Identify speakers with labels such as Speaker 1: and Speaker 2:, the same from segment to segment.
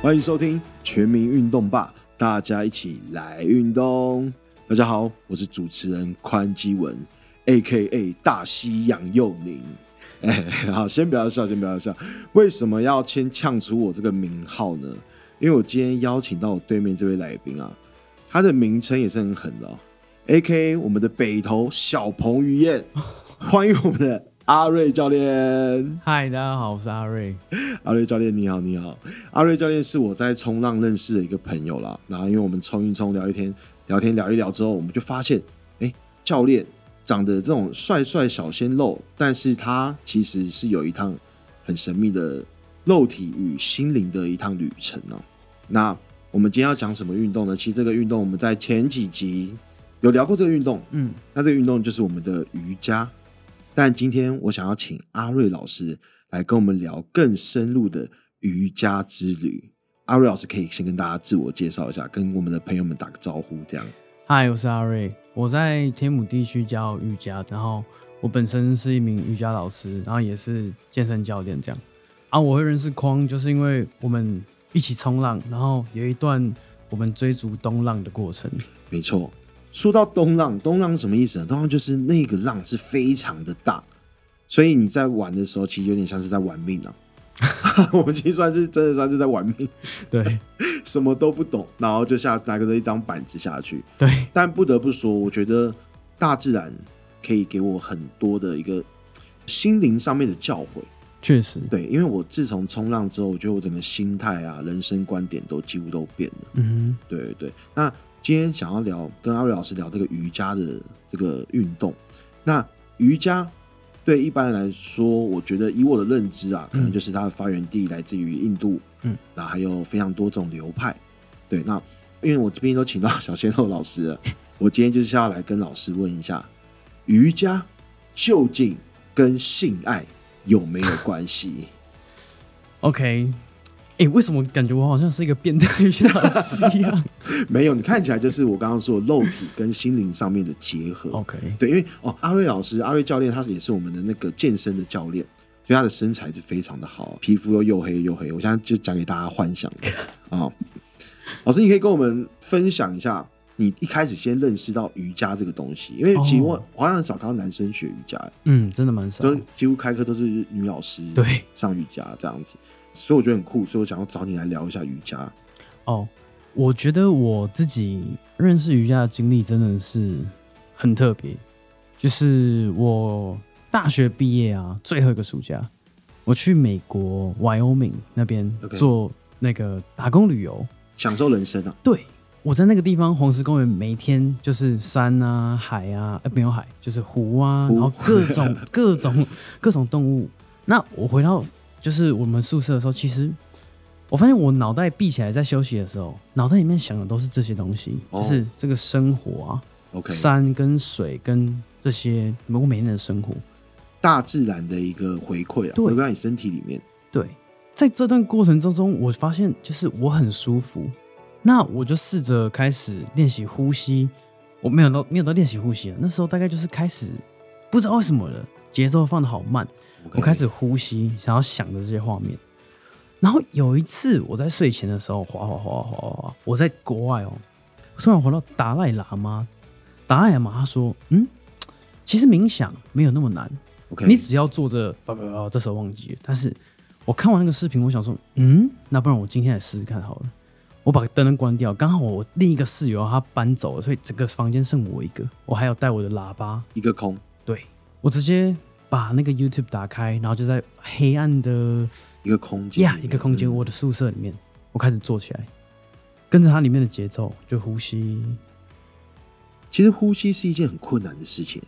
Speaker 1: 欢迎收听《全民运动吧》，大家一起来运动。大家好，我是主持人宽基文，A K A 大西洋幼宁。 哎，好，先不要笑，先不要笑。为什么要先呛出我这个名号呢？因为我今天邀请到我对面这位来宾啊，他的名称也是很狠的、哦、，A K A 我们的北投小彭于晏，欢迎我们的阿瑞教练。
Speaker 2: 嗨，大家好，我是阿瑞。
Speaker 1: 阿瑞教练你好，你好。阿瑞教练是我在冲浪认识的一个朋友啦。然后因为我们冲一冲，聊一天，聊天聊一聊之后，我们就发现，哎、教练长得这种帅帅小鲜肉，但是他其实是有一趟很神秘的肉体与心灵的一趟旅程哦、那我们今天要讲什么运动呢？其实这个运动我们在前几集有聊过这个运动，
Speaker 2: 嗯，
Speaker 1: 那这个运动就是我们的瑜伽。但今天我想要请阿瑞老师来跟我们聊更深入的瑜伽之旅。阿瑞老师可以先跟大家自我介绍一下，跟我们的朋友们打个招呼，这样。
Speaker 2: 嗨，我是阿瑞，我在天母地区教瑜伽，然后我本身是一名瑜伽老师，然后也是健身教练这样。啊，我会认识匡，就是因为我们一起冲浪，然后有一段我们追逐东浪的过程。
Speaker 1: 没错，说到东浪，东浪是什么意思呢？东浪就是那个浪是非常的大，所以你在玩的时候，其实有点像是在玩命啊。 我们其实算是真的算是在玩命，
Speaker 2: 对
Speaker 1: 什么都不懂，然后就下拿个一张板子下去。
Speaker 2: 对，
Speaker 1: 但不得不说，我觉得大自然可以给我很多的一个心灵上面的教诲。
Speaker 2: 确实，
Speaker 1: 对，因为我自从冲浪之后，我觉得我整个心态啊、人生观点都几乎都变了。
Speaker 2: 嗯
Speaker 1: 对对对。那今天想要聊跟阿瑞老师聊这个瑜伽的这个运动。那瑜伽对一般人来说，我觉得以我的认知啊，可能就是它的发源地来自于印度，
Speaker 2: 嗯，
Speaker 1: 那还有非常多种流派。对，那因为我这边都请到小鲜肉老师了，我今天就是要来跟老师问一下，瑜伽究竟跟性爱有没有关系？
Speaker 2: ，OK。哎、为什么感觉我好像是一个变态瑜伽老师一样
Speaker 1: 没有，你看起来就是我刚刚说的肉体跟心灵上面的结合。
Speaker 2: ？OK，
Speaker 1: 对，因为哦，阿瑞老师，阿瑞教练，他也是我们的那个健身的教练，所以他的身材是非常的好，皮肤又又黑又黑。我现在就讲给大家幻想的啊、老师，你可以跟我们分享一下你一开始先认识到瑜伽这个东西，因为其实我
Speaker 2: 哦
Speaker 1: 我好像很少看到男生学瑜伽，
Speaker 2: 嗯，真的蛮少。
Speaker 1: 都几乎开课都是女老师
Speaker 2: 对
Speaker 1: 上瑜伽这样子，所以我觉得很酷，所以我想要找你来聊一下瑜伽。
Speaker 2: 哦，我觉得我自己认识瑜伽的经历真的是很特别，就是我大学毕业啊，最后一个暑假，我去美国 Wyoming 那边
Speaker 1: OK
Speaker 2: 做那个打工旅游。
Speaker 1: 享受人生啊！
Speaker 2: 对，我在那个地方黄石公园，每天就是山啊、海啊，呃，没有海，就是湖啊，
Speaker 1: 湖
Speaker 2: 然后各 种各种各种动物。那我回到就是我们宿舍的时候，其实我发现我脑袋闭起来在休息的时候，脑袋里面想的都是这些东西，
Speaker 1: 哦
Speaker 2: 就是这个生活啊，
Speaker 1: OK，
Speaker 2: 山跟水跟这些我每天的生活。
Speaker 1: 大自然的一个回馈啊，
Speaker 2: 对
Speaker 1: 回馈到你身体里面。
Speaker 2: 对，在这段过程之中，我发现就是我很舒服，那我就试着开始练习呼吸。我没有到没有到练习呼吸啊了，那时候大概就是开始不知道为什么了，节奏放的好慢，
Speaker 1: OK
Speaker 2: 我开始呼吸，想要想着这些画面。然后有一次我在睡前的时候，滑滑滑滑滑滑，我在国外哦，突然滑到达赖喇嘛，达赖喇嘛他说，嗯，其实冥想没有那么难，
Speaker 1: OK，
Speaker 2: 你只要做着，不不不，这时候忘记了。但是我看完那个视频，我想说，嗯，那不然我今天来试试看好了。我把灯灯关掉，刚好我另一个室友他搬走了，所以整个房间剩我一个。我还有带我的喇叭，
Speaker 1: 一个空，
Speaker 2: 对我直接把那个 YouTube 打开，然后就在黑暗的
Speaker 1: 一个空间
Speaker 2: 呀、
Speaker 1: 里面
Speaker 2: 一个空间，
Speaker 1: 嗯
Speaker 2: 我的宿舍里面，我开始做起来，跟着它里面的节奏就呼吸。
Speaker 1: 其实呼吸是一件很困难的事情。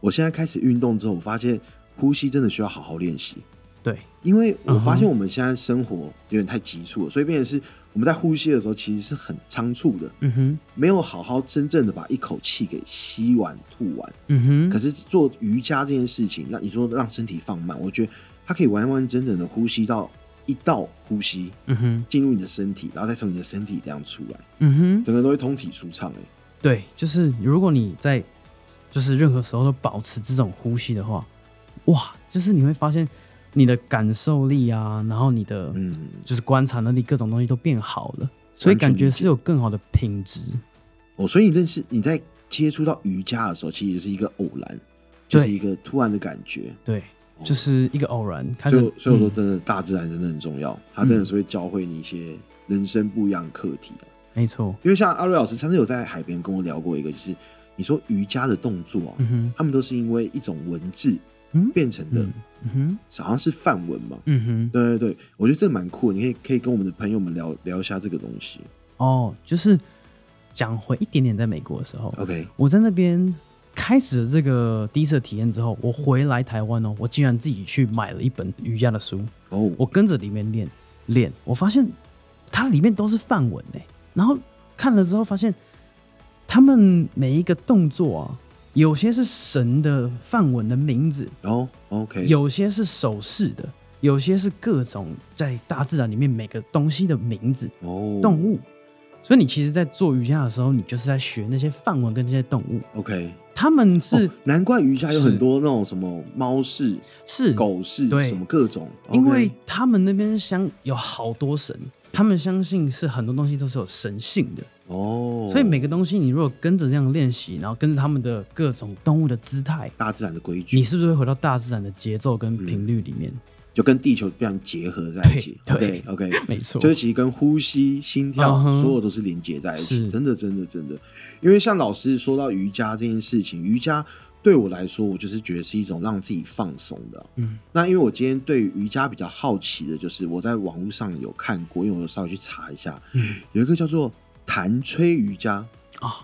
Speaker 1: 我现在开始运动之后，我发现呼吸真的需要好好练习，
Speaker 2: 对，
Speaker 1: 因为我发
Speaker 2: 嗯
Speaker 1: 现
Speaker 2: 哼
Speaker 1: 我们现在生活有点太急促了，所以变成是我们在呼吸的时候其实是很仓促的，
Speaker 2: 嗯哼，
Speaker 1: 没有好好真正的把一口气给吸完吐完。
Speaker 2: 嗯
Speaker 1: 可
Speaker 2: 哼，
Speaker 1: 是做瑜伽这件事情，那你说让身体放慢，我觉得它可以完完整整的呼吸到一道呼吸
Speaker 2: 嗯哼，
Speaker 1: 进入你的身体，然后再从你的身体这样出来，
Speaker 2: 嗯哼。
Speaker 1: 整个都会通体舒畅、欸。
Speaker 2: 对，就是如果你在就是任何时候都保持这种呼吸的话，哇，就是你会发现你的感受力啊，然后你的
Speaker 1: 嗯，
Speaker 2: 就是观察能力，各种东西都变好了，所以感觉是有更好的品质。
Speaker 1: 哦，所以你认识你在接触到瑜伽的时候，其实就是一个偶然，就
Speaker 2: 对
Speaker 1: 是一个突然的感觉。
Speaker 2: 对，就是一个偶然开
Speaker 1: 哦所以
Speaker 2: 始
Speaker 1: 我，。所以我说，
Speaker 2: 嗯
Speaker 1: 真的，大自然真的很重要，它真的是会教会你一些人生不一样的课题啊、
Speaker 2: 没错，
Speaker 1: 因为像阿瑞老师上次有在海边跟我聊过一个，就是你说瑜伽的动作啊，
Speaker 2: 嗯哼，
Speaker 1: 他们都是因为一种文字
Speaker 2: 嗯
Speaker 1: 变成的，
Speaker 2: 嗯嗯哼，
Speaker 1: 好像是梵文嘛。
Speaker 2: 嗯哼。
Speaker 1: 对对对，我觉得这蛮酷的，你可以可以跟我们的朋友们聊聊一下这个东西。
Speaker 2: 哦，就是讲回一点点，在美国的时候，
Speaker 1: OK，
Speaker 2: 我在那边开始了这个第一次的体验之后，我回来台湾哦，我竟然自己去买了一本瑜伽的书，
Speaker 1: 哦，
Speaker 2: 我跟着里面练练，我发现它里面都是范文哎，然后看了之后发现，他们每一个动作啊，有些是神的范文的名字，
Speaker 1: 哦，OK，
Speaker 2: 有些是手势的，有些是各种在大自然里面每个东西的名字。
Speaker 1: 哦
Speaker 2: 动物，所以你其实，在做瑜伽的时候，你就是在学那些范文跟这些动物，
Speaker 1: ，OK，
Speaker 2: 他们是、
Speaker 1: 哦难怪瑜伽有
Speaker 2: 是
Speaker 1: 很多那种什么猫式、
Speaker 2: 是，
Speaker 1: 狗式，
Speaker 2: 对
Speaker 1: 什么各种，
Speaker 2: 因
Speaker 1: OK
Speaker 2: 为他们那边相有好多神，他们相信是很多东西都是有神性的，
Speaker 1: 哦，
Speaker 2: 所以每个东西你如果跟着这样练习，然后跟着他们的各种动物的姿态，
Speaker 1: 大自然的规矩
Speaker 2: 你是不是会回到大自然的节奏跟频率里面？
Speaker 1: 就跟地球非常结合在一起。
Speaker 2: 对
Speaker 1: OK，
Speaker 2: 没错
Speaker 1: 就是其实跟呼吸、心跳、
Speaker 2: 嗯哼
Speaker 1: 所有都是连接在一起。
Speaker 2: 是
Speaker 1: 真的，真的，真的。因为像老师说到瑜伽这件事情，瑜伽对我来说，我就是觉得是一种让自己放松的。
Speaker 2: 嗯，
Speaker 1: 那因为我今天对瑜伽比较好奇的，就是我在网络上有看过，因为我有稍微去查一下，
Speaker 2: 嗯
Speaker 1: 有一个叫做弹吹瑜伽。
Speaker 2: 啊、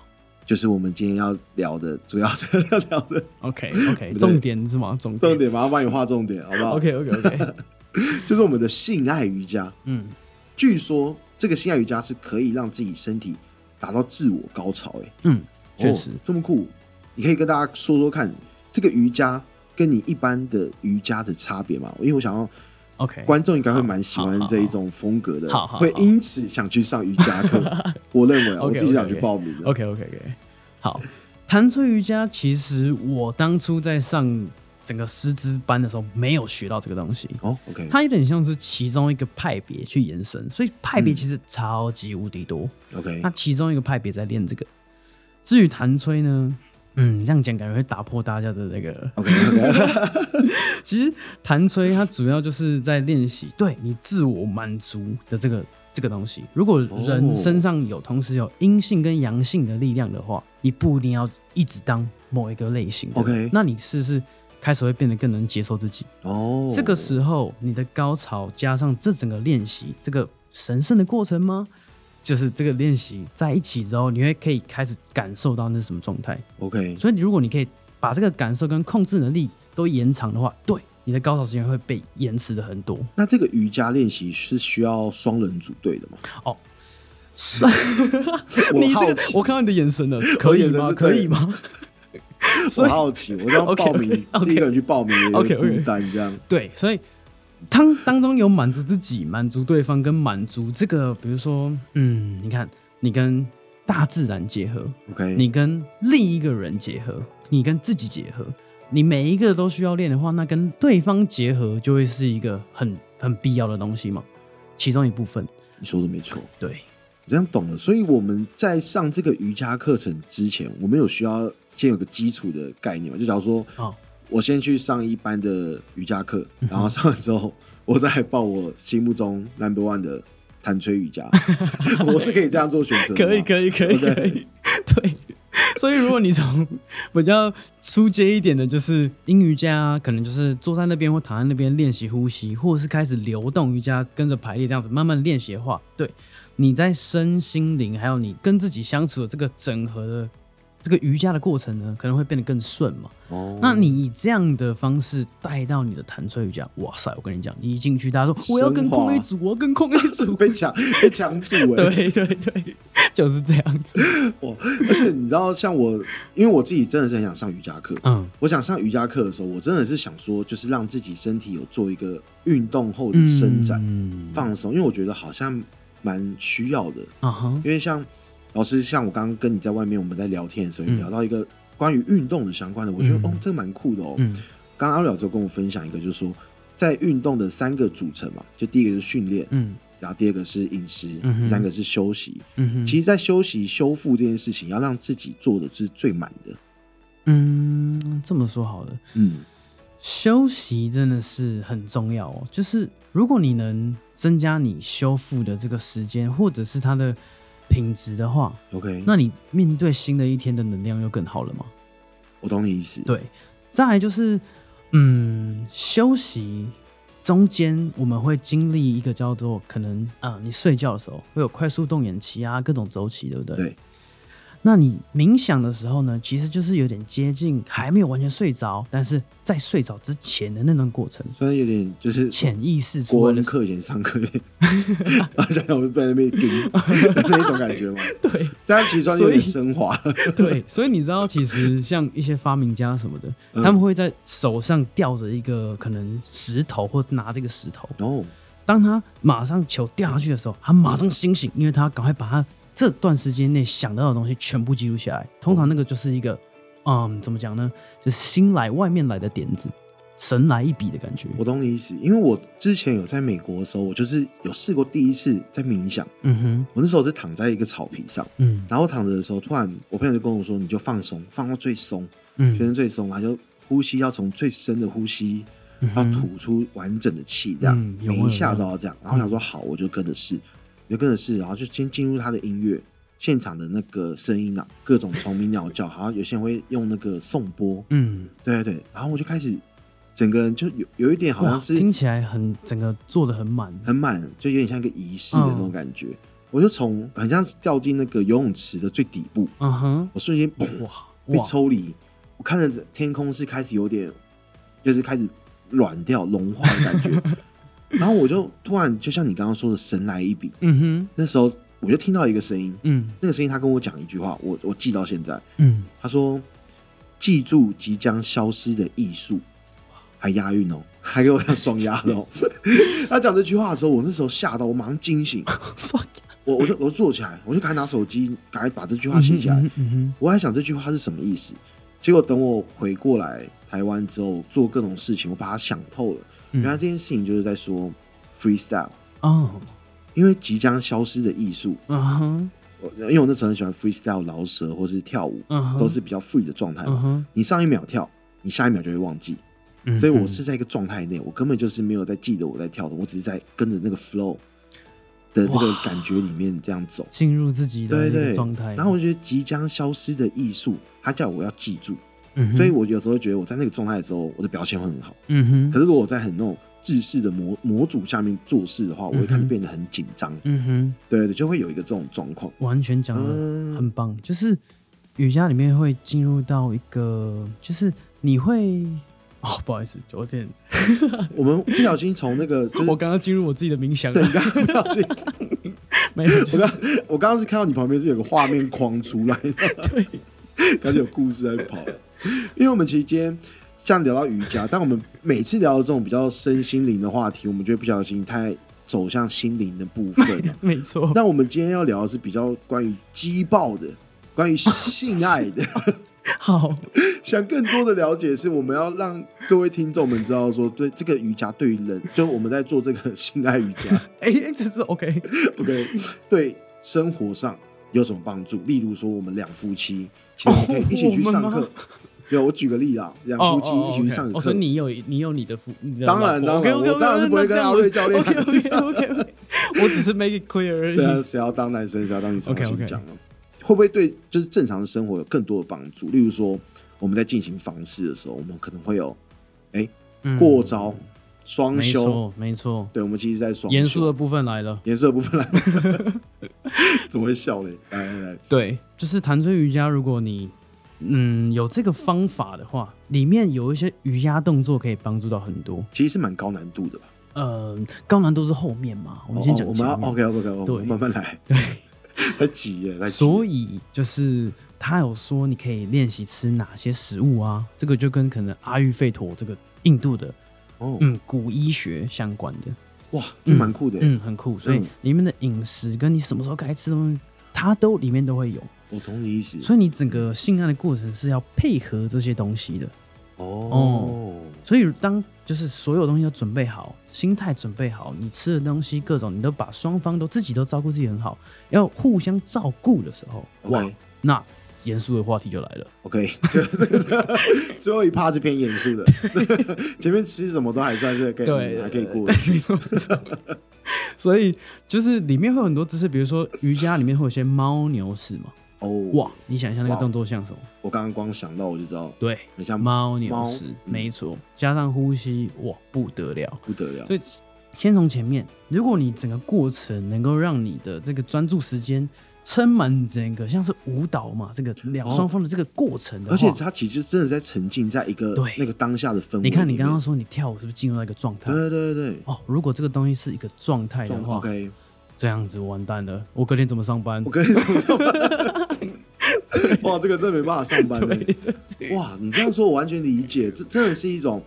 Speaker 1: 就是我们今天要聊的，主要是要聊的
Speaker 2: o k OK，重点是吗？重
Speaker 1: 重
Speaker 2: 点
Speaker 1: 点，麻烦帮你画重点，好不好
Speaker 2: OK OK OK，
Speaker 1: 就是我们的性爱瑜伽。
Speaker 2: 嗯，
Speaker 1: 据说这个心爱瑜伽是可以让自己身体达到自我高潮、欸，
Speaker 2: 嗯，确
Speaker 1: 哦
Speaker 2: 实，
Speaker 1: 这么酷。你可以跟大家说说看，这个瑜伽跟你一般的瑜伽的差别嘛？因为我想要
Speaker 2: OK，
Speaker 1: 观众应该会蛮喜欢
Speaker 2: 好好
Speaker 1: 这一种风格的，
Speaker 2: 哎好好好
Speaker 1: 会因此想去上瑜伽 课。我认为啊，我
Speaker 2: OK，
Speaker 1: 自己想
Speaker 2: OK，
Speaker 1: 去报名的。
Speaker 2: OK OK OK，好，弹吹瑜伽其实我当初在上整个师资班的时候没有学到这个东西，
Speaker 1: 哦，OK，
Speaker 2: 它有点像是其中一个派别去延伸，所以派别
Speaker 1: 嗯
Speaker 2: 其实超级无敌多。
Speaker 1: OK，
Speaker 2: 那其中一个派别在练这个，至于弹吹呢，嗯，这样讲感觉会打破大家的那个
Speaker 1: OK OK，
Speaker 2: 其实弹吹它主要就是在练习对你自我满足的这个这个东西。如果人
Speaker 1: 哦
Speaker 2: 身上有同时有阴性跟阳性的力量的话，你不一定要一直当某一个类型的
Speaker 1: OK
Speaker 2: 那你试试开始会变得更能接受自己。
Speaker 1: 哦，
Speaker 2: 这个时候你的高潮加上这整个练习，这个神圣的过程吗？就是这个练习在一起之后，你会可以开始感受到那是什么状态。
Speaker 1: OK，
Speaker 2: 所以如果你可以把这个感受跟控制能力都延长的话，对你的高潮时间会被延迟的很多。
Speaker 1: 那这个瑜伽练习是需要双人组队的吗？我
Speaker 2: 你
Speaker 1: 哦好
Speaker 2: 这个
Speaker 1: 奇，
Speaker 2: 我看到你的眼神了，可以
Speaker 1: 眼神
Speaker 2: 吗？
Speaker 1: 是
Speaker 2: 可
Speaker 1: 对
Speaker 2: 以吗？
Speaker 1: 我好奇，我要
Speaker 2: OK，OK，
Speaker 1: 报名，
Speaker 2: OK
Speaker 1: 自己一个人去报名，有点
Speaker 2: OK，OK
Speaker 1: 孤单这 样。
Speaker 2: 对，所以当当中有满足自己、满足对方跟满足这个，比如说，嗯，你看你跟大自然结合，
Speaker 1: OK，
Speaker 2: 你跟另一个人结合，你跟自己结合，你每一个都需要练的话，那跟对方结合就会是一个很很必要的东西嘛，其中一部分。
Speaker 1: 你说的没错，
Speaker 2: 对，
Speaker 1: 我这样懂了。所以我们在上这个瑜伽课程之前，我们有需要先有个基础的概念嘛？就假如说，
Speaker 2: 哦，
Speaker 1: 我先去上一般的瑜伽课，
Speaker 2: 嗯
Speaker 1: 然后上了之后，我再报我心目中 number one 的弹吹 瑜伽，我是可以这样做选择的吗。
Speaker 2: 可以，可以，可以，
Speaker 1: 对
Speaker 2: 可以，对。所以，如果你从比较出街一点的，就是阴瑜伽、啊，可能就是坐在那边或躺在那边练习呼吸，或者是开始流动瑜伽，跟着排列这样子慢慢练习的话，对你在身心灵还有你跟自己相处的这个整合的这个瑜伽的过程呢，可能会变得更顺嘛。
Speaker 1: 哦，
Speaker 2: 那你以这样的方式带到你的弹吹瑜伽，哇塞！我跟你讲，你一进去，大家说我要跟
Speaker 1: 升华，
Speaker 2: 空一组，我要跟空一组
Speaker 1: 被抢被抢主哎、
Speaker 2: 对对对，就是这样子。
Speaker 1: 哇！而且你知道，像我，因为我自己真的是很想上瑜伽课，
Speaker 2: 嗯
Speaker 1: 我想上瑜伽课的时候，我真的是想说，就是让自己身体有做一个运动后的伸展、
Speaker 2: 嗯
Speaker 1: 放松，因为我觉得好像蛮需要的。
Speaker 2: 啊哈，
Speaker 1: 因为像老师，像我刚刚跟你在外面我们在聊天的时候，有
Speaker 2: 嗯
Speaker 1: 聊到一个关于运动的相关的，我觉得、
Speaker 2: 嗯
Speaker 1: 哦，这个蛮酷的哦。
Speaker 2: 嗯
Speaker 1: 刚刚阿瑞老师有跟我分享一个，就是说在运动的三个组成嘛，就第一个就是训练，
Speaker 2: 嗯
Speaker 1: 然后第二个是饮食，
Speaker 2: 嗯哼
Speaker 1: 第三个是休息。
Speaker 2: 嗯哼，
Speaker 1: 其实，在休息修复这件事情，要让自己做的是最满的。
Speaker 2: 嗯，这么说好了，
Speaker 1: 嗯，
Speaker 2: 休息真的是很重要哦。就是如果你能增加你修复的这个时间，或者是它的品质的话，
Speaker 1: OK，
Speaker 2: 那你面对新的一天的能量又更好了嘛？
Speaker 1: 我懂你意思。，
Speaker 2: 对，再来就是，嗯，休息中间我们会经历一个叫做可能啊、你睡觉的时候会有快速动眼期啊，各种周期，对不对？
Speaker 1: 对。
Speaker 2: 那你冥想的时候呢，其实就是有点接近还没有完全睡着，但是在睡着之前的那段过程，
Speaker 1: 虽然有点就是
Speaker 2: 潜意识
Speaker 1: 国
Speaker 2: 出来
Speaker 1: 文
Speaker 2: 的
Speaker 1: 课以前上课，然后现在我们在那边盯 那种感觉嘛。
Speaker 2: 对
Speaker 1: 这样其实算有点
Speaker 2: 所以
Speaker 1: 升华了。
Speaker 2: 对，所以你知道，其实像一些发明家什么的，他们会在手上吊着一个可能石头，或拿这个石头，
Speaker 1: 然后
Speaker 2: 当他马上球掉下去的时候，他马上清醒，因为他赶快把他这段时间内想到的东西全部记录下来。通常那个就是一个，嗯，怎么讲呢？就是新来外面来的点子，神来一笔的感觉。
Speaker 1: 我懂你意思，因为我之前有在美国的时候，我就是有试过第一次在冥想。
Speaker 2: 嗯哼，
Speaker 1: 我那时候是躺在一个草皮上，
Speaker 2: 嗯
Speaker 1: 然后躺着的时候，突然我朋友就跟我说：“你就放松，放到最松，全
Speaker 2: 嗯，
Speaker 1: 身最松，然啊后就呼吸要从最深的呼吸，
Speaker 2: 嗯
Speaker 1: 要
Speaker 2: 哼
Speaker 1: 吐出完整的气，这样、
Speaker 2: 嗯有
Speaker 1: 每
Speaker 2: 有
Speaker 1: 一下
Speaker 2: 有
Speaker 1: 都要这样。”然后我想说：“好，我就跟着试，我就跟着试，然后就先进入他的音乐。”现场的那个声音啊，各种虫鸣鸟 叫，好像有些人会用那个颂钵，
Speaker 2: 嗯，
Speaker 1: 对对对，然后我就开始，整个人就有有一点好像
Speaker 2: 哇
Speaker 1: 是
Speaker 2: 听起来很整个做的很满。
Speaker 1: 很满，就有点像一个仪式的那
Speaker 2: 嗯
Speaker 1: 种感觉。我就从很像是掉进那个游泳池的最底部，
Speaker 2: 嗯哼，
Speaker 1: 我瞬间砰
Speaker 2: 哇
Speaker 1: 被
Speaker 2: 哇，
Speaker 1: 抽离，我看着天空是开始有点，就是开始软掉、融化的感觉。然后我就突然就像你刚刚说的神来一笔，
Speaker 2: 嗯哼，
Speaker 1: 那时候我就听到一个声音，
Speaker 2: 嗯
Speaker 1: 那个声音他跟我讲一句话，我我记到现在，
Speaker 2: 嗯，
Speaker 1: 他说：“记住即将消失的艺术。”还押韵哦，还给我要双押的哦。 他讲这句话的时候，我那时候吓到，我马上惊醒，
Speaker 2: 刷
Speaker 1: 我我就我就坐起来，我就赶快拿手机，赶快把这句话写下来。
Speaker 2: 嗯哼嗯哼，
Speaker 1: 我还想这句话是什么意思，结果等我回过来台湾之后，做各种事情，我把它想透了。原
Speaker 2: 嗯
Speaker 1: 来这件事情就是在说 freestyle，
Speaker 2: 哦，
Speaker 1: 因为即将消失的艺术。
Speaker 2: 嗯哼，
Speaker 1: 我因为我那时候很喜欢 freestyle 饶舌或是跳舞，
Speaker 2: 嗯哼，
Speaker 1: 都是比较 free 的状态
Speaker 2: 嗯
Speaker 1: 嘛。
Speaker 2: 哼，
Speaker 1: 你上一秒跳，你下一秒就会忘记，
Speaker 2: 嗯
Speaker 1: 所以我是在一个状态内，我根本就是没有在记得我在跳的，我只是在跟着那个 flow 的那个
Speaker 2: 哇
Speaker 1: 感觉里面这样走。
Speaker 2: 进入自己的
Speaker 1: 对
Speaker 2: 一
Speaker 1: 对
Speaker 2: 个，状态。
Speaker 1: 然后我觉得即将消失的艺术，他叫我要记住，
Speaker 2: 嗯哼，
Speaker 1: 所以我有时候觉得我在那个状态的时候，我的表现会很好。
Speaker 2: 嗯
Speaker 1: 可是
Speaker 2: 哼，
Speaker 1: 如果我在很那种制式的模模组下面做事的话，我会开始
Speaker 2: 嗯哼
Speaker 1: 变得很紧张。
Speaker 2: 嗯哼，
Speaker 1: 对对，就会有一个这种状况。
Speaker 2: 完全讲的
Speaker 1: 嗯，
Speaker 2: 很棒。就是瑜伽里面会进入到一个，就是你会哦，不好意思，有点，
Speaker 1: 我们不小心从那个就是
Speaker 2: 我刚刚进入我自己的冥想，
Speaker 1: 对，你刚刚不小心，
Speaker 2: 没有，
Speaker 1: 我刚我刚刚是看到你旁边是有个画面框出来，
Speaker 2: 对，
Speaker 1: 感觉有故事在跑。因为我们其实今天像聊到瑜伽，但我们每次聊到这种比较身心灵的话题，我们就会不小心太走向心灵的部分了。
Speaker 2: 没错，
Speaker 1: 但我们今天要聊的是比较关于激爆的，关于性爱的。
Speaker 2: 好，
Speaker 1: 想更多的了解，是我们要让各位听众们知道说，对这个瑜伽对于人，就我们在做这个性爱瑜伽
Speaker 2: 哎，这是 OK，
Speaker 1: ，OK，对生活上有什么帮助？例如说，我们两夫妻，其实我们可以一起去上
Speaker 2: 哦我
Speaker 1: 课
Speaker 2: 们。
Speaker 1: 有，我举个例啊，两
Speaker 2: 哦
Speaker 1: 夫妻一起去上
Speaker 2: 哦，
Speaker 1: 个
Speaker 2: 所
Speaker 1: 课
Speaker 2: 以，你有你有你的夫，你的
Speaker 1: 当然当然我当然是不会跟阿瑞教练
Speaker 2: OK OK OK，我只是 make it clear 而
Speaker 1: 对啊，
Speaker 2: 已。
Speaker 1: 谁要当男生，谁要当女生，我
Speaker 2: OK，OK
Speaker 1: 先讲了。会不会对就是正常的生活有更多的帮助？例如说，我们在进行房事的时候，我们可能会有
Speaker 2: 嗯
Speaker 1: 过招、双
Speaker 2: 没
Speaker 1: 修。
Speaker 2: 错没错，
Speaker 1: 对，我们其实在双
Speaker 2: 严
Speaker 1: 修
Speaker 2: 肃的部分来了。
Speaker 1: 颜色部分来， 怎么会笑嘞？来来来，
Speaker 2: 对，就是弹椎瑜伽，如果你嗯有这个方法的话，里面有一些瑜伽动作可以帮助到很多。
Speaker 1: 其实是蛮高难度的吧？
Speaker 2: 呃，高难度是后面嘛，我们先
Speaker 1: 哦
Speaker 2: 讲
Speaker 1: 我
Speaker 2: 前
Speaker 1: 们
Speaker 2: 面、
Speaker 1: 要 OK OK OK，
Speaker 2: 对
Speaker 1: 我们慢慢来。 对，太急耶，太急了。
Speaker 2: 所以就是他有说你可以练习吃哪些食物啊，这个就跟可能阿育吠陀这个印度的
Speaker 1: 哦，
Speaker 2: 嗯古医学相关的，
Speaker 1: 哇，这蛮酷的耶。
Speaker 2: 嗯，很酷。所以
Speaker 1: 嗯
Speaker 2: 里面的饮食跟你什么时候该吃的东西，它都里面都会有。
Speaker 1: 我懂你意思。
Speaker 2: 所以你整个性爱的过程是要配合这些东西的。
Speaker 1: 哦，
Speaker 2: 所以当就是所有东西都准备好，心态准备好，你吃的东西各种，你都把双方都自己都照顾自己很好，要互相照顾的时候，哇，
Speaker 1: OK
Speaker 2: 那严肃的话题就来了。
Speaker 1: OK，最 最后一趴是偏严肃的， 前面吃什么都还算是可以，
Speaker 2: 对，
Speaker 1: 还可以过
Speaker 2: 对。没错没错所以就是里面会有很多姿势，比如说瑜伽里面会有一些猫牛式嘛。
Speaker 1: 哦。
Speaker 2: 哇，你想一下那个动作像什么？
Speaker 1: 我刚刚光想到我就知道，
Speaker 2: 对，
Speaker 1: 很像
Speaker 2: 猫牛
Speaker 1: 猫
Speaker 2: 式，
Speaker 1: 嗯
Speaker 2: 没错。加上呼吸，哇，不得了。
Speaker 1: 不得了
Speaker 2: 所。以先从前面，如果你整个过程能够让你的这个专注时间撑满整个，像是舞蹈嘛，这个两
Speaker 1: 哦
Speaker 2: 双方的这个过程的
Speaker 1: 而且
Speaker 2: 话，
Speaker 1: 他其实真的在沉浸在一个
Speaker 2: 对
Speaker 1: 那个当下的氛围里面。
Speaker 2: 你看你刚刚说你跳舞是不是进入到一个状态？
Speaker 1: 对对对
Speaker 2: 哦，如果这个东西是一个状态
Speaker 1: 对
Speaker 2: 的话，
Speaker 1: ，OK，
Speaker 2: 这样子完蛋了，我隔天怎么上班
Speaker 1: 我？跟你说，哇，这个真的没办法上班嘞。哇，你这样说我完全理解，这真的是一种，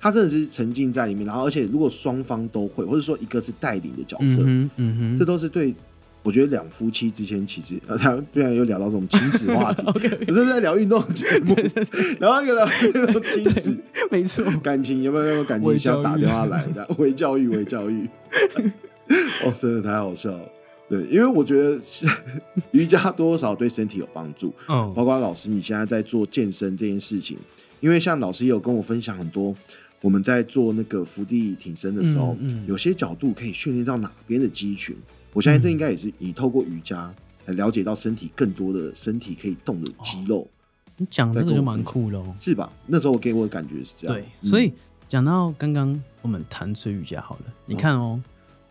Speaker 1: 他真的是沉浸在里面，然后而且如果双方都会，或者说一个是带领的角
Speaker 2: 嗯
Speaker 1: 色，
Speaker 2: 哼，嗯
Speaker 1: 这
Speaker 2: 哼，
Speaker 1: 都是对。我觉得两夫妻之间其实，呃， 他居然又聊到这种亲子话 题，只是在聊运动节目，然后又聊运动亲子
Speaker 2: 没错，
Speaker 1: 感情，有没有那种感情
Speaker 2: 微
Speaker 1: 想
Speaker 2: 教育
Speaker 1: 打电话来的？微教育，微教育， 哦，真的太好笑了。对，因为我觉得是 瑜伽多少对身体有帮助，
Speaker 2: 嗯，
Speaker 1: 包括老师你现在在做健身这件事情，因为像老师也有跟我分享很多，我们在做那个伏地挺身的时候，
Speaker 2: 嗯嗯
Speaker 1: 有些角度可以训练到哪边的肌群。我相信这应该也是你透过瑜伽来了解到身体更多的身体可以动的肌肉，
Speaker 2: 哦你讲这个就蛮酷哦喽。
Speaker 1: 是吧？那时候我给我的感觉是这样。
Speaker 2: 对，
Speaker 1: 嗯
Speaker 2: 所以讲到刚刚我们谈水瑜伽好了，你看哦，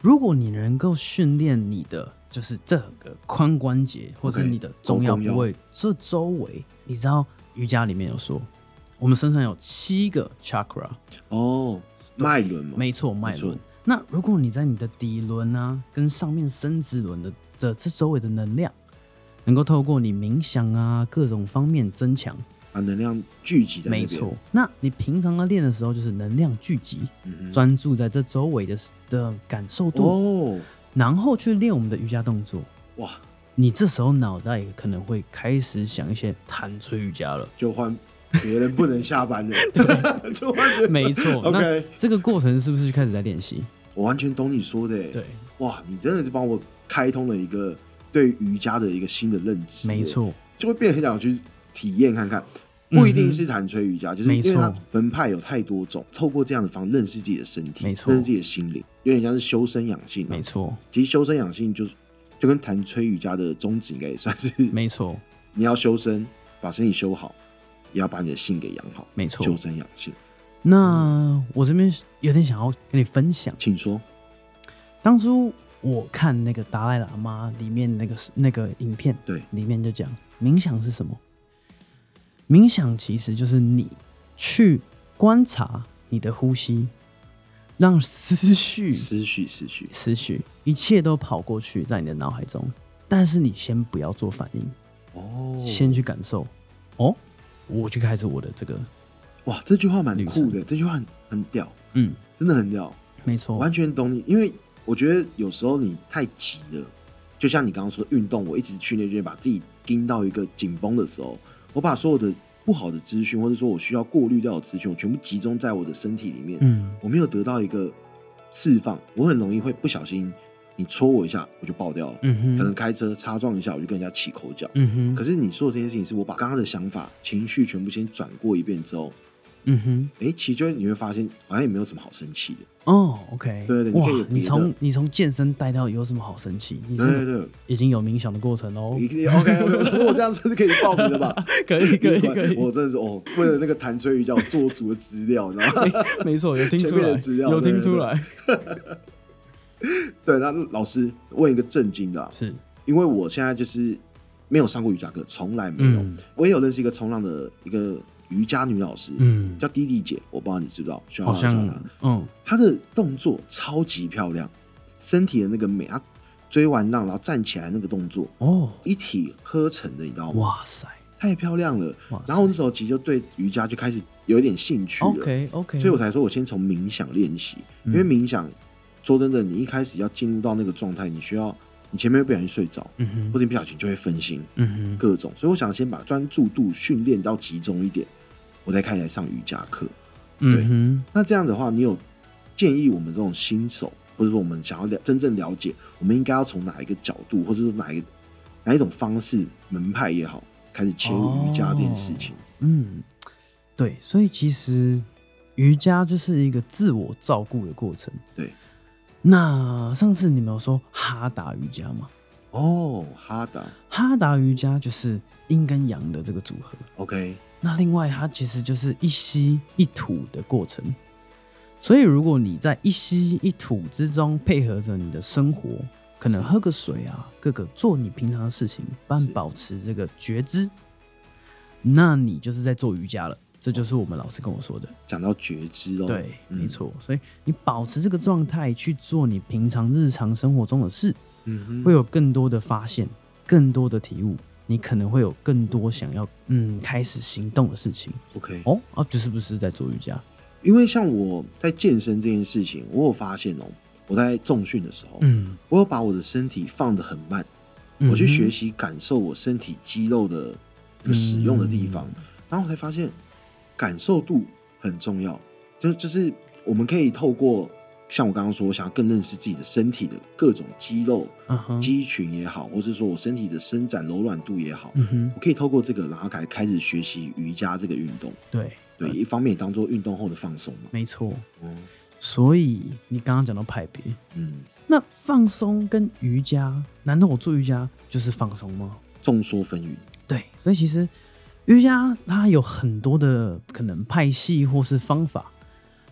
Speaker 2: 如果你能够训练你的就是这个髋关节或者
Speaker 1: OK，
Speaker 2: 你的重要部
Speaker 1: 勾弓
Speaker 2: 位这周围，你知道瑜伽里面有说，我们身上有七个 chakra，
Speaker 1: 哦，脉轮嘛，
Speaker 2: 没错，脉
Speaker 1: 没
Speaker 2: 轮
Speaker 1: 错。
Speaker 2: 那如果你在你的底轮啊，跟上面生殖轮的的这周围的能量，能够透过你冥想啊各种方面增强，
Speaker 1: 把能量聚集在那边
Speaker 2: 没错。。那你平常在练的时候，就是能量聚集，专、注在这周围的的感受度，
Speaker 1: 嗯哦，
Speaker 2: 然后去练我们的瑜伽动作。
Speaker 1: 哇，
Speaker 2: 你这时候脑袋也可能会开始想一些弹吹瑜 伽了。
Speaker 1: 就换别人不能下班 了， 就换别人
Speaker 2: 没错
Speaker 1: OK
Speaker 2: 那这个过程是不是就开始在练习？
Speaker 1: 我完全懂你说的欸，
Speaker 2: 对，
Speaker 1: 哇，你真的是帮我开通了一个对瑜伽的一个新的认知，欸
Speaker 2: 没，错，
Speaker 1: 就会变得很想去体验看看。
Speaker 2: 嗯哼
Speaker 1: 不一定是弹吹瑜伽，就是因
Speaker 2: 没
Speaker 1: 为
Speaker 2: 错
Speaker 1: 它门派有太多种，透过这样的方认识自己的身体，
Speaker 2: 没
Speaker 1: 认
Speaker 2: 错
Speaker 1: 识自己的心灵，有点像是修身养性、啊。
Speaker 2: 没，错，
Speaker 1: 其实修身养性就是就跟弹吹瑜伽的宗旨应该也算是
Speaker 2: 没错，
Speaker 1: 你要修身，把身体修好，也要把你的性给养好。
Speaker 2: 没错
Speaker 1: 修身养性，嗯
Speaker 2: 那我这边有点想要跟你分享，
Speaker 1: 请说。
Speaker 2: 当初我看那个达赖喇嘛里面那个那个影片，
Speaker 1: 对
Speaker 2: 里面就讲冥想是什么？冥想其实就是你去观察你的呼吸，让思绪
Speaker 1: 思绪，思绪，
Speaker 2: 思绪一切都跑过去在你的脑海中，但是你先不要做反应，
Speaker 1: 哦，
Speaker 2: 先去感受。哦，我就开始我的这个，
Speaker 1: 哇，这句话蛮
Speaker 2: 女
Speaker 1: 酷的，这句话很很屌，
Speaker 2: 嗯，
Speaker 1: 真的很屌，
Speaker 2: 没错
Speaker 1: 完，全懂你。因为我觉得有时候你太急了，就像你刚刚说的运动，我一直训练，就是把自己盯到一个紧绷的时候，我把所有的不好的资讯，或者说我需要过滤掉的资讯，我全部集中在我的身体里面，
Speaker 2: 嗯，
Speaker 1: 我没有得到一个释放，我很容易会不小心，你戳我一下，我就爆掉了。
Speaker 2: 嗯
Speaker 1: 可
Speaker 2: 哼，
Speaker 1: 能开车擦撞一下，我就跟人家起口角。
Speaker 2: 嗯哼，
Speaker 1: 可是你做这件事情，是我把刚刚的想法、情绪全部先转过一遍之后，
Speaker 2: 嗯哼。
Speaker 1: 哎、其实就你会发现，好像也没有什么好生气的。
Speaker 2: 哦，OK，
Speaker 1: 对对你
Speaker 2: 哇
Speaker 1: 可以有，别
Speaker 2: 你
Speaker 1: 的
Speaker 2: 从你从健身带到有什么好生气？你
Speaker 1: 对对
Speaker 2: 是
Speaker 1: 对
Speaker 2: 已经有冥想的过程喽，
Speaker 1: 你可以，OK，我说我这样真是可以报名的吧？
Speaker 2: 可以 可以
Speaker 1: 你
Speaker 2: 可
Speaker 1: 管
Speaker 2: 以，
Speaker 1: 我真的是哦，为了那个弹吹瑜伽，我做足了资料，然 后
Speaker 2: 没错，有听
Speaker 1: 前
Speaker 2: 出
Speaker 1: 面的
Speaker 2: 来
Speaker 1: 资，料
Speaker 2: 有
Speaker 1: 对
Speaker 2: 听
Speaker 1: 对
Speaker 2: 出
Speaker 1: 对
Speaker 2: 来，
Speaker 1: 对，那老师问一个震惊的、啊，
Speaker 2: 是，
Speaker 1: 因为我现在就是没有上过瑜伽课，从来没有。
Speaker 2: 嗯
Speaker 1: 我也有认识一个冲浪的一个瑜伽女老师，
Speaker 2: 嗯，
Speaker 1: 叫弟弟姐，我不知道你知不知道，需要
Speaker 2: 好像
Speaker 1: 她。
Speaker 2: 嗯
Speaker 1: 她的动作超级漂亮，身体的那个美，她追完浪然后站起来那个动作，
Speaker 2: 哦，
Speaker 1: 一体呵成的，你知道吗？
Speaker 2: 哇塞
Speaker 1: 太漂亮了
Speaker 2: 哇塞。
Speaker 1: 然后我那时候其实就对瑜伽就开始有点兴趣了
Speaker 2: ，OK 嗯 OK，
Speaker 1: 所以我才说我先从冥想练习，因为冥想说真的，你一开始要进入到那个状态，你需要你前面会不小心睡着，
Speaker 2: 嗯哼
Speaker 1: 或者你不小心就会分心
Speaker 2: 嗯哼，
Speaker 1: 各种，所以我想先把专注度训练到集中一点，我再开始来上瑜伽课。
Speaker 2: 嗯
Speaker 1: 那这样的话，你有建议我们这种新手，或者说我们想要了真正了解，我们应该要从哪一个角度，或者说哪一个哪一种方式门派也好，开始切入瑜伽这件事情？
Speaker 2: 哼，嗯，对，所以其实瑜伽就是一个自我照顾的过程。
Speaker 1: 对，
Speaker 2: 那上次你们有说哈达瑜伽吗？
Speaker 1: 哦，哈达
Speaker 2: 哈达瑜伽就是阴跟阳的这个组合。
Speaker 1: ，OK，
Speaker 2: 那另外，它其实就是一吸一吐的过程。所以，如果你在一吸一吐之中配合着你的生活，可能喝个水啊，各个做你平常的事情，但
Speaker 1: 是
Speaker 2: 保持这个觉知，那你就是在做瑜伽了。这就是我们老师跟我说的，
Speaker 1: 讲到觉知哦，
Speaker 2: 对，
Speaker 1: 嗯
Speaker 2: 没，错。所以你保持这个状态去做你平常日常生活中的事，
Speaker 1: 嗯哼，
Speaker 2: 会有更多的发现，更多的体悟，你可能会有更多想要嗯开始行动的事情。
Speaker 1: OK，
Speaker 2: 哦啊，就是不是在做瑜伽？
Speaker 1: 因为像我在健身这件事情，我有发现哦，我在重训的时候，
Speaker 2: 嗯，
Speaker 1: 我有把我的身体放得很慢，我去学习感受我身体肌肉的那个使用的地方，
Speaker 2: 嗯
Speaker 1: 然后我才发现感受度很重要，就就是我们可以透过像我刚刚说，想要更认识自己的身体的各种肌肉、
Speaker 2: 嗯哼，
Speaker 1: 肌群也好，或是说我身体的伸展柔软度也好，
Speaker 2: 嗯哼，
Speaker 1: 我可以透过这个，然后开开始学习瑜伽这个运动。
Speaker 2: 对，
Speaker 1: 对，一方面也当做运动后的放松嘛。
Speaker 2: 没错。
Speaker 1: 嗯
Speaker 2: 所以你刚刚讲到派别，
Speaker 1: 嗯，
Speaker 2: 那放松跟瑜伽，难道我做瑜伽就是放松吗？
Speaker 1: 众说纷纭。
Speaker 2: 对，所以其实瑜伽它有很多的可能派系或是方法。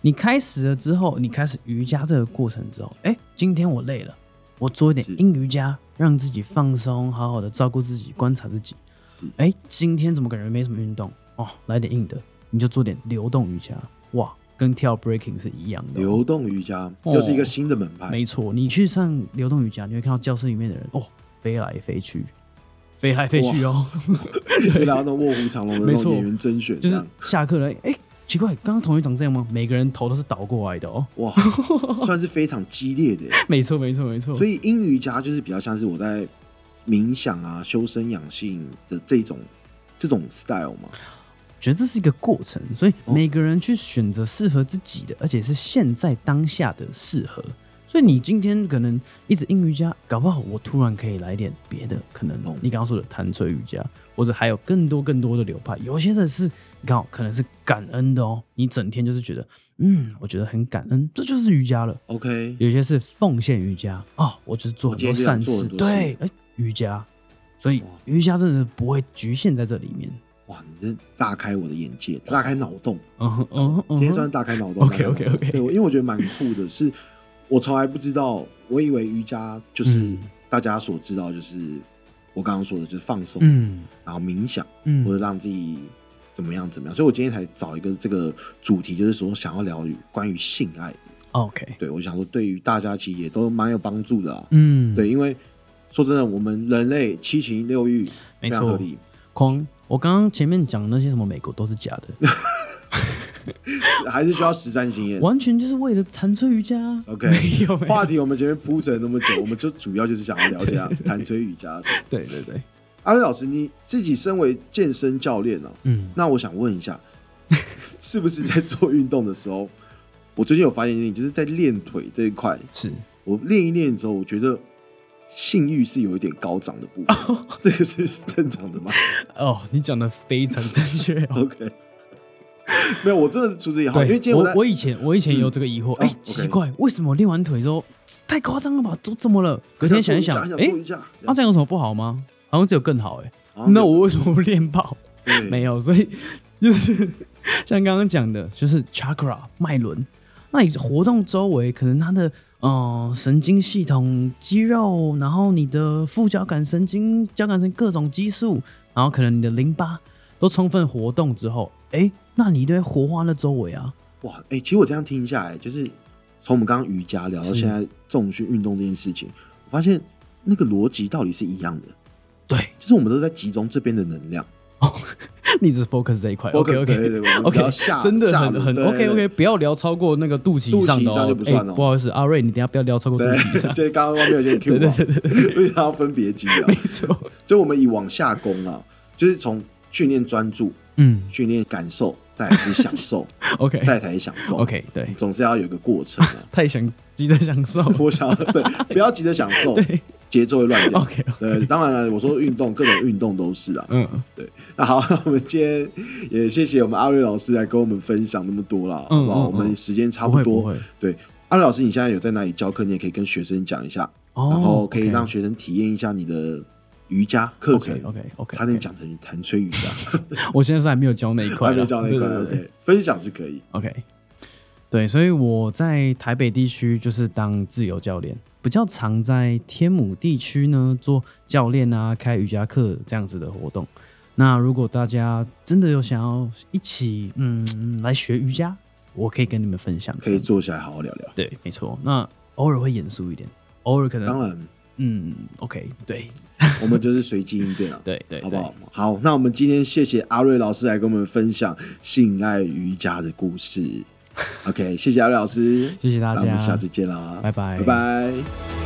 Speaker 2: 你开始了之后，你开始瑜伽这个过程之后，哎，今天我累了，我做一点
Speaker 1: 是
Speaker 2: 阴瑜伽，让自己放松，好好的照顾自己，观察自己
Speaker 1: 是。
Speaker 2: 哎，今天怎么感觉没什么运动？哦，来点硬的，你就做点流动瑜伽。哇，跟跳 breaking 是一样的哦、
Speaker 1: 流动瑜伽
Speaker 2: 哦
Speaker 1: 又是一个新的门派，
Speaker 2: 没错，你去上流动瑜伽，你会看到教室里面的人哦，飞来飞去，飞来飞去哦。
Speaker 1: 回到那种卧虎藏龙的那
Speaker 2: 没错
Speaker 1: 种演员甄选，
Speaker 2: 就
Speaker 1: 这
Speaker 2: 是
Speaker 1: 样
Speaker 2: 下课了，哎、奇怪，刚刚同学长这样吗？每个人头都是倒过来的哦。
Speaker 1: 哇， 算是非常激烈 的耶。
Speaker 2: 没错，没错，没错。
Speaker 1: 所
Speaker 2: 以
Speaker 1: 以英瑜伽就是比较像是我在冥想啊、修身养性的这种这种 style 嘛。
Speaker 2: 觉得这是一个过程，所以
Speaker 1: 哦
Speaker 2: 每个人去选择适合自己的，而且是现在当下的适合。所以你今天可能一直硬瑜伽，搞不好我突然可以来点别的，可能
Speaker 1: 懂
Speaker 2: 你刚刚说的弹吹瑜伽，或者还有更多更多的流派。有些的是你看哦，可能是感恩的哦，你整天就是觉得，嗯，我觉得很感恩，这就是瑜伽了。
Speaker 1: OK，
Speaker 2: 有些是奉献瑜伽哦，我就是做很多善
Speaker 1: 我今天
Speaker 2: 事，
Speaker 1: 就想做很多
Speaker 2: 对
Speaker 1: 事，
Speaker 2: 哎、瑜伽，所以
Speaker 1: 哇
Speaker 2: 瑜伽真的不会局限在这里面。
Speaker 1: 哇，你真大开我的眼界，大开脑洞。
Speaker 2: 嗯哼嗯哼嗯
Speaker 1: 今天算是
Speaker 2: 哼，
Speaker 1: 大开脑洞。
Speaker 2: OK，
Speaker 1: 大开脑洞
Speaker 2: OK，OK
Speaker 1: 对，我因为我觉得蛮酷的是，我从来不知道，我以为瑜伽就是
Speaker 2: 嗯
Speaker 1: 大家所知道，就是我刚刚说的，就是放松，
Speaker 2: 嗯
Speaker 1: 然后冥想，或
Speaker 2: 嗯
Speaker 1: 者让自己怎么样怎么样。所以我今天才找一个这个主题，就是说想要聊关于性爱的。
Speaker 2: ，OK，
Speaker 1: 对我想说，对于大家其实也都蛮有帮助的啊。
Speaker 2: 嗯，
Speaker 1: 对，，因为说真的，我们人类七情六欲
Speaker 2: 没
Speaker 1: 非常合
Speaker 2: 错。
Speaker 1: 理，
Speaker 2: 框，我刚刚前面讲的那些什么美国都是假 的，
Speaker 1: 还是需要实战经验。
Speaker 2: 完全就是为了弹吹瑜伽啊。
Speaker 1: OK，
Speaker 2: 没有没有，
Speaker 1: 话题我们前面铺陈那么久，我们就主要就是想要了解啊弹吹瑜伽的事。
Speaker 2: 对对对，
Speaker 1: 阿瑞老师，你自己身为健身教练呢、
Speaker 2: 嗯，
Speaker 1: 那我想问一下， 是不是在做运动的时候，我最近有发现一点，就是在练腿这一块，
Speaker 2: 是
Speaker 1: 我练一练之后，我觉得性欲是有一点高涨的部分，这个是正常的吗
Speaker 2: 哦，你讲的非常正确 哦。
Speaker 1: ？OK，没有，我真的是出自己好，
Speaker 2: 对，
Speaker 1: 因为今天
Speaker 2: 我
Speaker 1: 在
Speaker 2: 我以前我以前也有这个疑惑，哎、
Speaker 1: 哦
Speaker 2: 奇
Speaker 1: OK
Speaker 2: 怪，为什么我练完腿之后太夸张了吧？都怎么了？隔 天想一想，
Speaker 1: 想
Speaker 2: 哎、
Speaker 1: 做一下，
Speaker 2: 啊，这样有什么不好吗？好像只有更好哎、
Speaker 1: 好像
Speaker 2: 那我为什么不练爆？
Speaker 1: 对
Speaker 2: 没有，所以就是 像刚刚讲的，就是 chakra 脉轮，那你活动周围可能它的嗯、呃神经系统、肌肉，然后你的副交感神经、交感神经各种激素，然后可能你的淋巴都充分活动之后，哎、那你一定会活化那周围啊。
Speaker 1: 哇，哎、其实我这样听下来，就是从我们刚刚瑜伽聊到
Speaker 2: 是
Speaker 1: 现在重训运动这件事情，我发现那个逻辑道理是一样的，
Speaker 2: 对，
Speaker 1: 就是我们都在集中这边的能量。
Speaker 2: 你只 focus 这一块。OK
Speaker 1: focus，对对
Speaker 2: OK
Speaker 1: 对我们不
Speaker 2: OK，
Speaker 1: 要下
Speaker 2: 真的
Speaker 1: 下
Speaker 2: 很
Speaker 1: 路
Speaker 2: 很
Speaker 1: 对
Speaker 2: OK
Speaker 1: 对
Speaker 2: OK，不要聊超过那个肚脐以上的
Speaker 1: 肚脐以上
Speaker 2: 哦
Speaker 1: 就。不算哦
Speaker 2: 不好意思，阿瑞，你等一下不要聊超过肚
Speaker 1: 对
Speaker 2: 脐以，上。
Speaker 1: 就是刚刚外面有 些 Q 嘛，为啥要分别集啊
Speaker 2: 没？错，
Speaker 1: 就我们以往下攻啊，就是从训练专注、
Speaker 2: 嗯
Speaker 1: 训练感受、再来是享 受，
Speaker 2: OK
Speaker 1: 再来才是享受。
Speaker 2: OK，对，
Speaker 1: 总是要有个过程啊。
Speaker 2: 太想急着享受。
Speaker 1: 我想要对，不要急着享受，节奏会乱掉。
Speaker 2: OK，
Speaker 1: 对，当然了，我说运动，各种运动都是啊。
Speaker 2: 嗯
Speaker 1: 对，那好， 那我们今天也谢谢我们阿瑞老师来跟我们分享那么多了，好
Speaker 2: 嗯
Speaker 1: 不好？我
Speaker 2: 嗯
Speaker 1: 们时间差
Speaker 2: 不会不
Speaker 1: 多。
Speaker 2: 会
Speaker 1: 对，阿瑞老师，你现在有在哪里教课？你也可以跟学生讲一下，
Speaker 2: 哦
Speaker 1: 然后可以让
Speaker 2: OK
Speaker 1: 学生体验一下你的瑜伽课程。
Speaker 2: OK OK，
Speaker 1: 差点，讲成弹吹瑜 伽，
Speaker 2: 我现在是还没有教那一
Speaker 1: 我
Speaker 2: 块
Speaker 1: 还
Speaker 2: 啦，
Speaker 1: 没教那一块。
Speaker 2: 对对对
Speaker 1: OK，分享是可以。
Speaker 2: OK，对，所以我在台北地区就是当自由教练，比较常在天母地区呢做教练啊，开瑜伽课这样子的活动。那如果大家真的有想要一起嗯来学瑜伽，我可以跟你们分享，
Speaker 1: 可以。坐下来好好聊聊。
Speaker 2: 对，没错。那偶尔会严肃一点，偶尔可能
Speaker 1: 当然，
Speaker 2: 嗯 OK，对
Speaker 1: 我们就是随机应变啊。
Speaker 2: 对对，
Speaker 1: 好不
Speaker 2: 对
Speaker 1: 好？？好，那我们今天谢谢阿瑞老师来跟我们分享性爱瑜伽的故事。OK，谢谢阿瑞老师，
Speaker 2: 谢谢大
Speaker 1: 那我
Speaker 2: 家，
Speaker 1: 们下次见啦，
Speaker 2: 拜拜
Speaker 1: 拜拜。